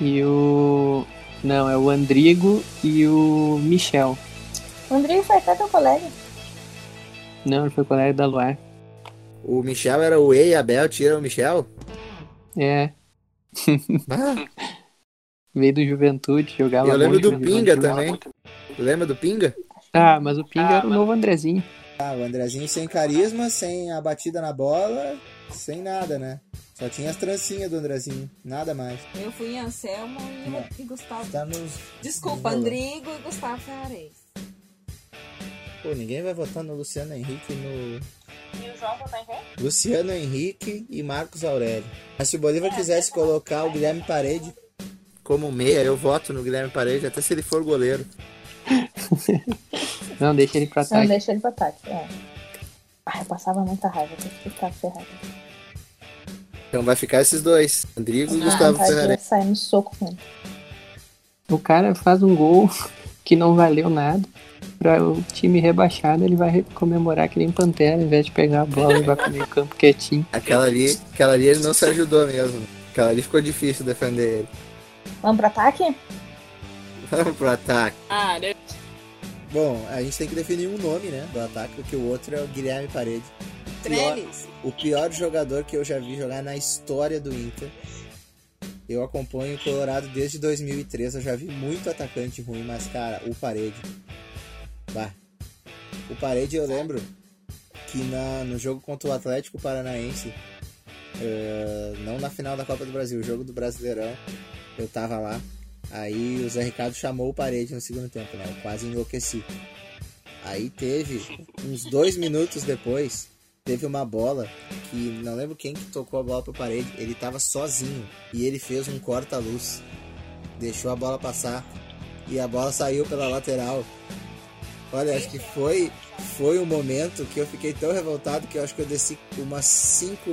S5: E o. Não, é o Andrigo e o Michel.
S7: O Andrei foi até teu colega.
S5: Não, ele foi colega da Luar.
S3: O Michel era o E e a Bel tira o Michel?
S5: É,
S3: Ah,
S5: veio do Juventude, jogava
S3: eu lembro
S5: muito
S3: do
S5: no
S3: Pinga
S5: Juventude.
S3: também. Lembra do Pinga?
S5: Ah, mas o Pinga era o novo Andrezinho.
S2: Ah, o Andrezinho sem carisma, sem a batida na bola, sem nada, né? Só tinha as trancinhas do Andrezinho, nada mais.
S4: Eu fui em Anselmo e, e Gustavo.
S2: Tá nos...
S4: Desculpa,
S2: nos rolando.
S4: Andrigo e Gustavo Ferrares.
S2: Pô, ninguém vai votar no Luciano Henrique, no
S7: E o João também vem?
S2: Luciano Henrique e Marcos Aurélio. Mas se o Bolívar quisesse colocar o Guilherme Parede,
S3: Como meia, eu voto no Guilherme Parede, até se ele for goleiro.
S5: Não, deixa ele pra
S7: Não,
S5: trás.
S7: deixa ele pra Tati. É. Ah, eu passava muita raiva, tem que ficar ferrado.
S3: Então vai ficar esses dois, Rodrigo e
S7: Ah,
S3: Gustavo
S7: Tati
S3: Ferrari.
S7: ia sair no soco com ele.
S5: O cara faz um gol que não valeu nada. Pra o time rebaixado, ele vai re- comemorar que nem Pantera, ao invés de pegar a bola e vai pro meio campo quietinho.
S3: Aquela ali, aquela ali ele não se ajudou mesmo. Aquela ali ficou difícil defender ele. *laughs*
S7: Vamos pro ataque?
S3: Vamos pro ataque.
S6: Ah, ele-
S2: bom, a gente tem que definir um nome, né, do ataque, porque o outro é o Guilherme Parede. Pior-
S4: Trellis.
S2: o pior jogador que eu já vi jogar na história do Inter. Eu acompanho o Colorado desde 2003, eu já vi muito atacante ruim, mas cara, o Parede. Bah. O Parede eu lembro que na, no jogo contra o Atlético Paranaense, eh, não na final da Copa do Brasil, o jogo do Brasileirão, eu tava lá. Aí o Zé Ricardo chamou o Parede no segundo tempo, né? Eu quase enlouqueci. Aí teve, uns dois minutos depois, teve uma bola que não lembro quem que tocou a bola pra parede, ele tava sozinho e ele fez um corta-luz. Deixou a bola passar e a bola saiu pela lateral. Olha, acho que foi foi um momento que eu fiquei tão revoltado que eu acho que eu desci umas cinco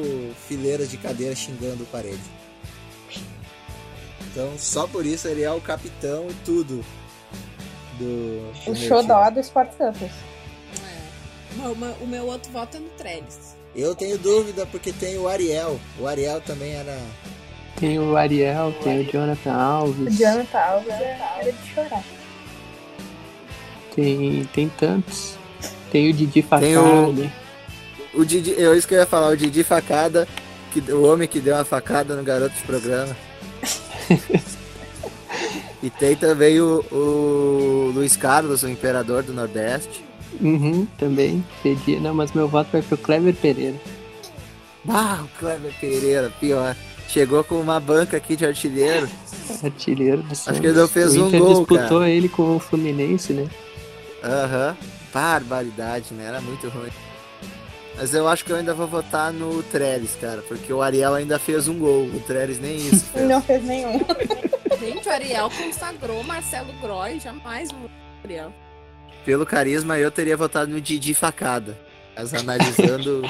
S2: fileiras de cadeira xingando o parede. Então, só por isso ele é o capitão e tudo do, do
S7: O
S2: meu
S7: xodó
S2: time.
S7: do Sport Campus.
S4: É.
S6: Bom, ma- o meu outro voto é no Trellis.
S2: Eu tenho dúvida porque tem o Ariel. O Ariel também era
S5: Tem o Ariel, tem o Jonathan
S7: O
S5: Alves,
S7: Jonathan Alves era tá de chorar.
S5: tem, tem tantos. Tem o Didi né? Facada.
S3: Tem o- O Didi, eu isso que eu ia falar, o Didi facada, que, o homem que deu a facada no garoto de
S2: *laughs*
S3: programa. e tem também o, o Luiz Carlos, o imperador do Nordeste.
S5: Uhum, também. Cedi. Não, mas meu voto vai pro Clever Pereira. *laughs*
S3: Ah, o Kleber Pereira, pior. Chegou com uma banca aqui de artilheiro.
S5: Artilheiro do Santos.
S3: que ele não fez
S5: o
S3: um
S5: Inter
S3: gol,
S5: disputou ele com o Fluminense, né?
S3: Aham. Barbaridade, né? Era muito ruim. Mas eu acho que eu ainda vou votar no Trellis, cara, porque o Ariel ainda fez um gol. O Trellis nem isso
S7: Ele
S3: fez.
S7: não fez nenhum.
S6: Gente, o Ariel consagrou Marcelo Groy, jamais o Ariel.
S3: Pelo carisma, eu teria votado no Didi Facada. Mas analisando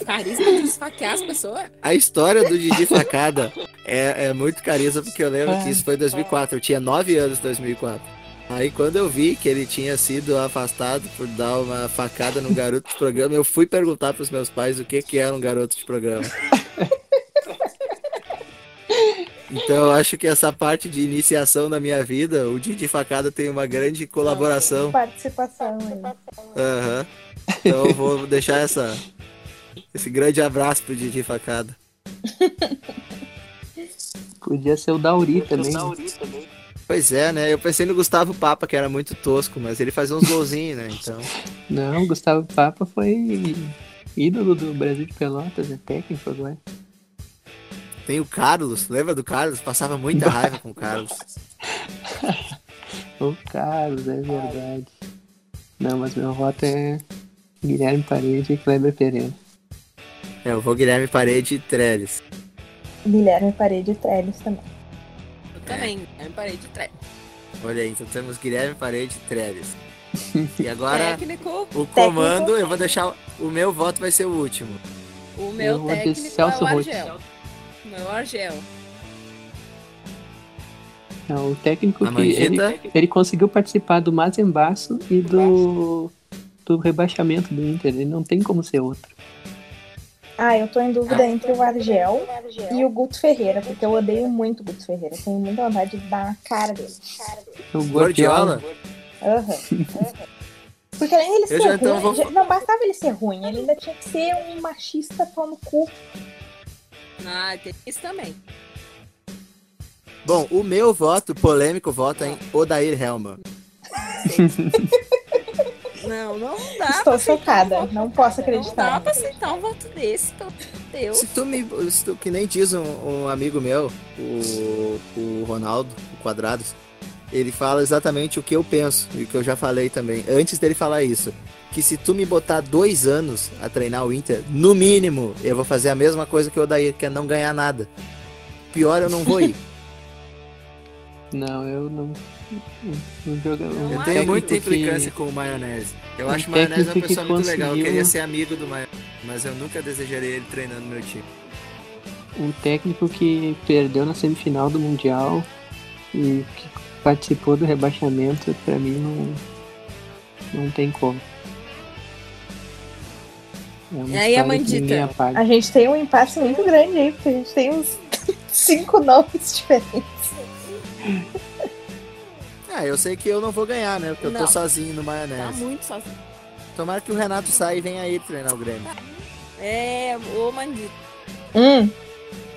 S6: O carisma de esfaquear as pessoas.
S3: a história do Didi Facada, é, é muito carisma, porque eu lembro que isso foi em 2004. Eu tinha 9 anos em 2004. Aí quando eu vi que ele tinha sido afastado por dar uma facada num garoto de programa, eu fui perguntar pros meus pais o que que era um garoto de programa. Então eu acho que essa parte de iniciação na minha vida, o Didi Facada tem uma grande colaboração
S7: Participação aí.
S3: Aham. Então eu vou deixar essa, esse grande abraço pro Didi Facada.
S5: Podia ser o Dauri também. né?
S3: Pois é, né? Eu pensei no Gustavo Papa, que era muito tosco, mas ele fazia uns golzinhos, né? Então.
S5: Não, o Gustavo Papa foi ídolo do Brasil de Pelotas, é técnico agora.
S3: Tem o Carlos, lembra do Carlos? Passava muita raiva com o Carlos.
S5: O Carlos, é verdade. Não, mas meu voto é Guilherme Parede e Kleber Pereira.
S3: É, eu vou Guilherme Parede e Trellis.
S7: Guilherme Parede e Trellis também.
S6: Eu também, eu me parei de Trellis.
S3: Olha aí, então temos Guilherme Parede e Trellis. E agora,
S5: É,
S6: Técnico,
S3: o comando, eu vou deixar. O meu voto vai ser o último.
S6: o meu
S5: Eu vou de
S6: técnico é
S5: Celso
S6: o
S5: Roth.
S6: Argel. O Meu Argel.
S5: Não, É o técnico
S3: A
S5: que ele,
S3: Mandita.
S5: ele conseguiu participar do Mazembaço e do, do rebaixamento do Inter. Ele não tem como ser outro.
S7: Ah, eu tô em dúvida entre o Argel e o Guto Ferreira, porque eu odeio muito o Guto Ferreira. Tenho muita vontade de dar na cara dele.
S5: O Guardiola.
S7: Aham. Porque além dele ser
S3: já
S7: ruim,
S3: então vou-
S7: já- não bastava ele ser ruim, ele ainda tinha que ser um machista pau no cu.
S6: Ah, tem isso também.
S3: Bom, o meu voto, polêmico, voto é em Odair Helman.
S6: Não, não dá.
S4: Ah,
S6: pra aceitar
S7: Estou
S6: um
S7: chocada,
S6: voto-
S7: não posso
S6: Não dá
S7: acreditar.
S6: pra aceitar um voto desse, pelo amor de Deus.
S3: Se tu me. se tu- que nem diz um, um amigo meu, o, o Ronaldo, o Quadrados, ele fala exatamente o que eu penso e o que eu já falei também. Antes dele falar isso, que se tu me botar dois anos a treinar o Inter, no mínimo, eu vou fazer a mesma coisa que o Odair, que é não ganhar nada. Pior, eu não vou
S5: *laughs*
S3: ir.
S5: Não, eu não. O joga...
S6: Eu
S5: o
S3: Eu
S6: Ai,
S3: tenho muita
S5: é? técnico que-
S3: implicância com o maionese. Eu
S5: um
S3: acho o maionese uma
S5: técnico que
S3: pessoa muito legal. Eu
S5: conseguiu- um-
S3: queria ser amigo do maionese, mas eu nunca desejaria ele treinando meu time.
S5: O um técnico que perdeu na semifinal do Mundial e que participou do rebaixamento, pra mim não, não tem como. É uma
S6: E aí,
S5: história que
S6: Amandita?
S5: ninguém apaga.
S7: A gente tem um empate muito grande aí, porque a gente tem uns *laughs* cinco nomes diferentes.
S3: Ah, eu sei que eu não vou ganhar, né? Porque eu
S6: Não.
S3: tô sozinho no
S5: É.
S6: Tá
S3: maionese.
S6: muito sozinho.
S3: Tomara que o Renato saia e venha aí treinar o Grêmio.
S6: É, ô Mandita.
S7: Hum,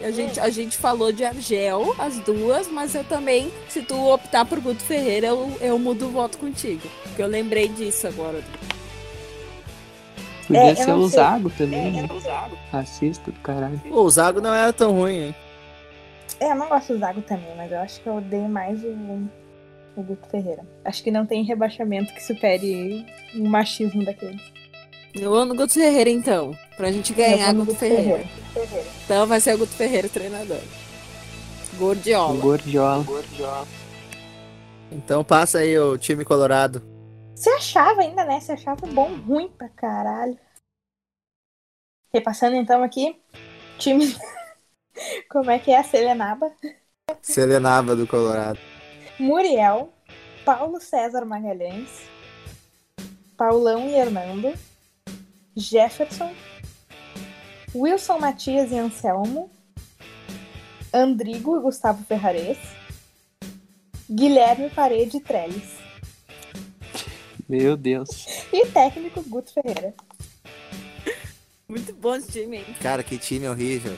S6: A gente, a gente falou de Argel, as duas, mas eu também, se tu optar por Guto Ferreira, eu, eu mudo o voto contigo. Porque eu lembrei disso agora.
S5: Podia
S7: É, eu
S5: ser
S7: não
S5: o
S7: sei.
S5: Zago também,
S6: É,
S5: né? Racista do caralho.
S3: Pô, o Zago não era tão ruim, hein?
S7: é, eu não gosto do Zago também, mas eu acho que eu odeio mais o, o Guto Ferreira. Acho que não tem rebaixamento que supere o machismo daquele.
S6: Eu amo o Guto Ferreira, então. Pra gente
S4: É,
S6: ganhar
S7: Eu vou no
S6: Guto Ferreira. Então vai ser o Guto Ferreira o treinador.
S5: O
S6: Gordiola.
S5: Gordiola.
S3: Então passa aí o time colorado.
S7: Você achava ainda, né? Você achava bom ruim pra caralho. Repassando então aqui, time. *laughs* Como é que é a Selenaba?
S3: Selenava do Colorado.
S7: Muriel, Paulo César Magalhães, Paulão e Hernando, Jefferson, Wilson Matias e Anselmo, Andrigo e Gustavo Ferrares, Guilherme Parede e Trellis
S5: Meu Deus.
S7: e técnico Guto Ferreira.
S6: Muito bom esse time, hein?
S3: Cara, que time *laughs* horrível.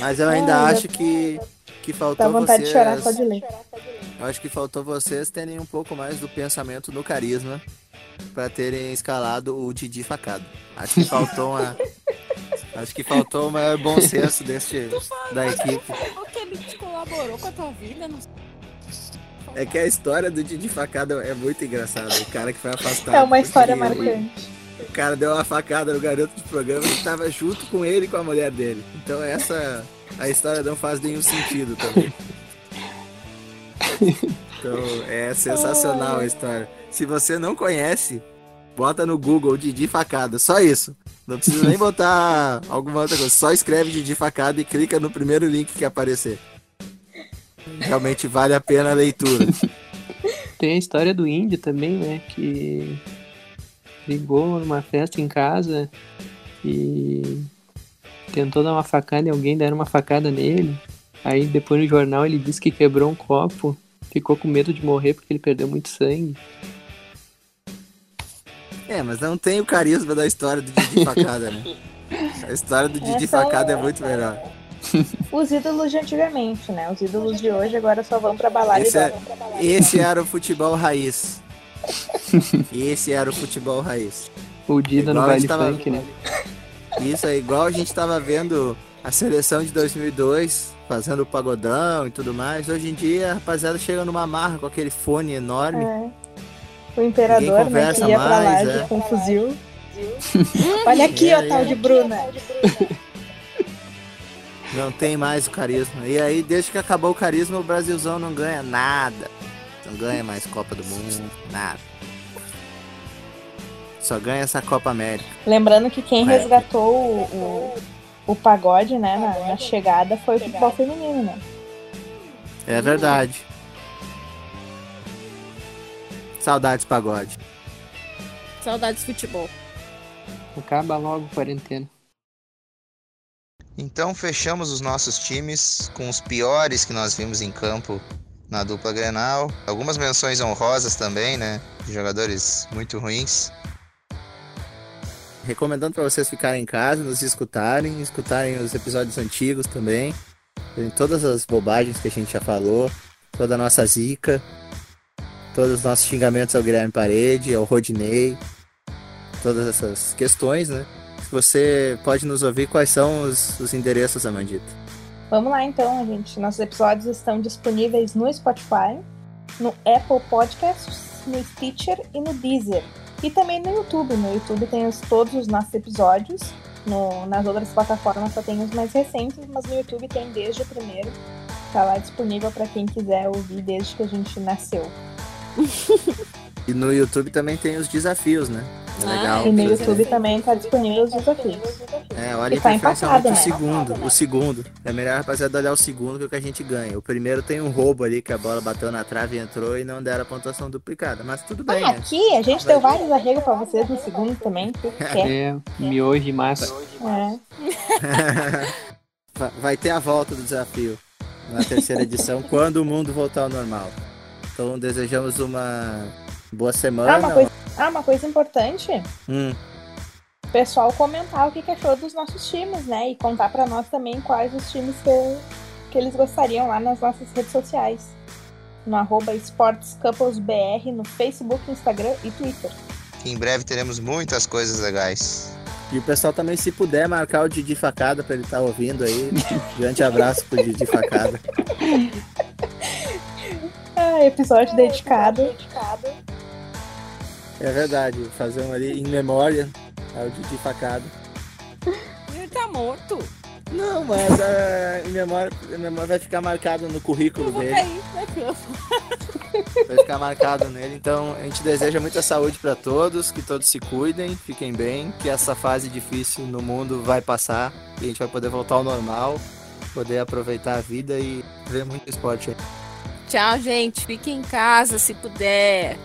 S3: Mas eu ainda
S7: Ai,
S3: acho que, que
S7: Dá
S3: faltou
S7: vontade de
S3: vocês.
S7: chorar só de ler.
S3: Eu acho que faltou vocês terem um pouco mais do pensamento no carisma pra terem escalado o Didi facado. Acho que faltou
S7: *laughs*
S3: uma. acho que faltou o maior bom senso deste, da equipe.
S6: Porque ele te colaborou com a tua vida, não sei.
S3: É que a história do Didi facada é muito engraçada. O cara que foi afastado.
S7: É uma história
S3: porque
S7: marcante.
S3: O cara deu uma facada no garoto de programa que tava junto com ele e com a mulher dele. Então essa. A história não faz nenhum sentido também. Então é sensacional a história. Se você não conhece, bota no Google Didi Facada. Só isso. Não precisa nem botar alguma outra coisa. Só escreve Didi Facada e clica no primeiro link que aparecer. Realmente vale a pena a leitura.
S5: Tem a história do índio também, né? Que brigou numa festa em casa e tentou dar uma facada em alguém, deram uma facada nele. Aí depois no jornal ele disse que quebrou um copo, ficou com medo de morrer porque ele perdeu muito sangue.
S3: É, mas não tem o carisma da história do Didi Facada, né? A história do Didi
S7: Essa é-
S3: Facada é muito melhor.
S7: Os ídolos de antigamente, né? Os ídolos de hoje agora só vão pra balada
S3: Esse
S7: e
S3: é-
S7: vão pra balada.
S3: Esse era o futebol raiz. Esse era o futebol raiz.
S5: O Dida no
S3: Igual a
S5: Vale
S3: gente tava-
S5: Funk, né?
S3: Isso é igual a gente tava vendo a seleção de 2002 fazendo o pagodão e tudo mais. Hoje em dia, a rapaziada chega numa marra com aquele fone enorme.
S7: O imperador,
S3: Ninguém
S7: né? Que
S3: conversa
S7: ia pra
S3: mais,
S7: laje
S3: é.
S7: com fuzil. Olha aqui,
S3: É,
S7: ó, tal
S3: é.
S7: de Bruna.
S3: Não tem mais o carisma. E aí, desde que acabou o carisma, o Brasilzão não ganha nada. Não ganha mais Copa do Mundo, nada. Só ganha essa Copa América.
S7: Lembrando que quem
S3: É.
S7: resgatou o, o, o pagode, né? Na, na chegada foi o futebol feminino, né?
S3: É verdade. Saudades pagode.
S6: Saudades de futebol.
S5: Acaba logo a quarentena.
S1: Então fechamos os nossos times com os piores que nós vimos em campo na dupla Grenal. Algumas menções honrosas também, né? De jogadores muito ruins.
S3: Recomendando para vocês ficarem em casa, nos escutarem, escutarem os episódios antigos também. Tem todas as bobagens que a gente já falou, toda a nossa zica, todos os nossos xingamentos ao Guilherme Parede, ao Rodinei, todas essas questões, né? Você pode nos ouvir quais são os, os endereços, Amandita.
S7: Vamos lá então, gente. Nossos episódios estão disponíveis no Spotify, no Apple Podcasts, no Stitcher e no Deezer. E também no YouTube. No YouTube tem os- todos os nossos episódios. No- nas outras plataformas só tem os mais recentes, mas no YouTube tem desde o primeiro. Tá lá disponível para quem quiser ouvir desde que a gente nasceu.
S3: E no YouTube também tem os desafios, né? É
S6: Ah,
S3: legal.
S7: E no
S6: que
S7: YouTube
S6: interessante.
S7: também tá disponível os desafios.
S3: É, olha a
S7: E tá
S3: interferência
S7: empatado,
S3: muito o
S7: né?
S3: segundo. O segundo. É melhor, rapaziada, olhar o segundo que o que a gente ganha. O primeiro tem um roubo ali, que a bola bateu na trave, entrou e não deram a pontuação duplicada. Mas tudo bem,
S7: Ah,
S3: né?
S7: aqui a gente deu vários arregos para vocês no segundo também, né? que *laughs* quer.
S5: É, miojo e massa.
S7: É.
S3: *laughs* Va- Vai ter a volta do desafio na terceira edição, quando o mundo voltar ao normal. Então desejamos uma boa semana.
S7: Ah, uma coisa, ah, uma coisa importante,
S3: Hum,
S7: o pessoal comentar o que, que achou dos nossos times, né? E contar pra nós também quais os times que, que eles gostariam lá nas nossas redes sociais. No arroba SportsCouplesBR, no Facebook, Instagram e Twitter.
S1: Que em breve teremos muitas coisas legais.
S3: E o pessoal também, se puder, marcar o Didi Facada pra ele estar ouvindo aí. Grande abraço pro Didi Facada.
S7: Ah, episódio dedicado.
S3: É verdade, fazer um ali em memória ao Didi Facada.
S6: Ele tá morto.
S3: Não, mas é, em, memória, em memória vai ficar marcado no currículo
S6: Eu vou
S3: dele.
S6: cair né, na cama.
S3: Vai ficar marcado nele. Então, a gente deseja muita saúde pra todos, que todos se cuidem, fiquem bem, que essa fase difícil no mundo vai passar e a gente vai poder voltar ao normal, poder aproveitar a vida e ver muito esporte aí.
S6: Tchau, gente. Fique em casa se puder.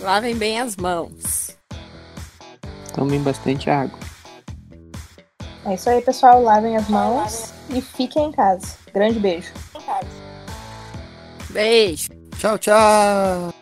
S6: Lavem bem as mãos.
S3: É.
S5: Tomem bastante água.
S7: É isso aí, pessoal. É, Lavem as mãos e fiquem em casa. Grande beijo.
S6: Beijo.
S3: Tchau, tchau!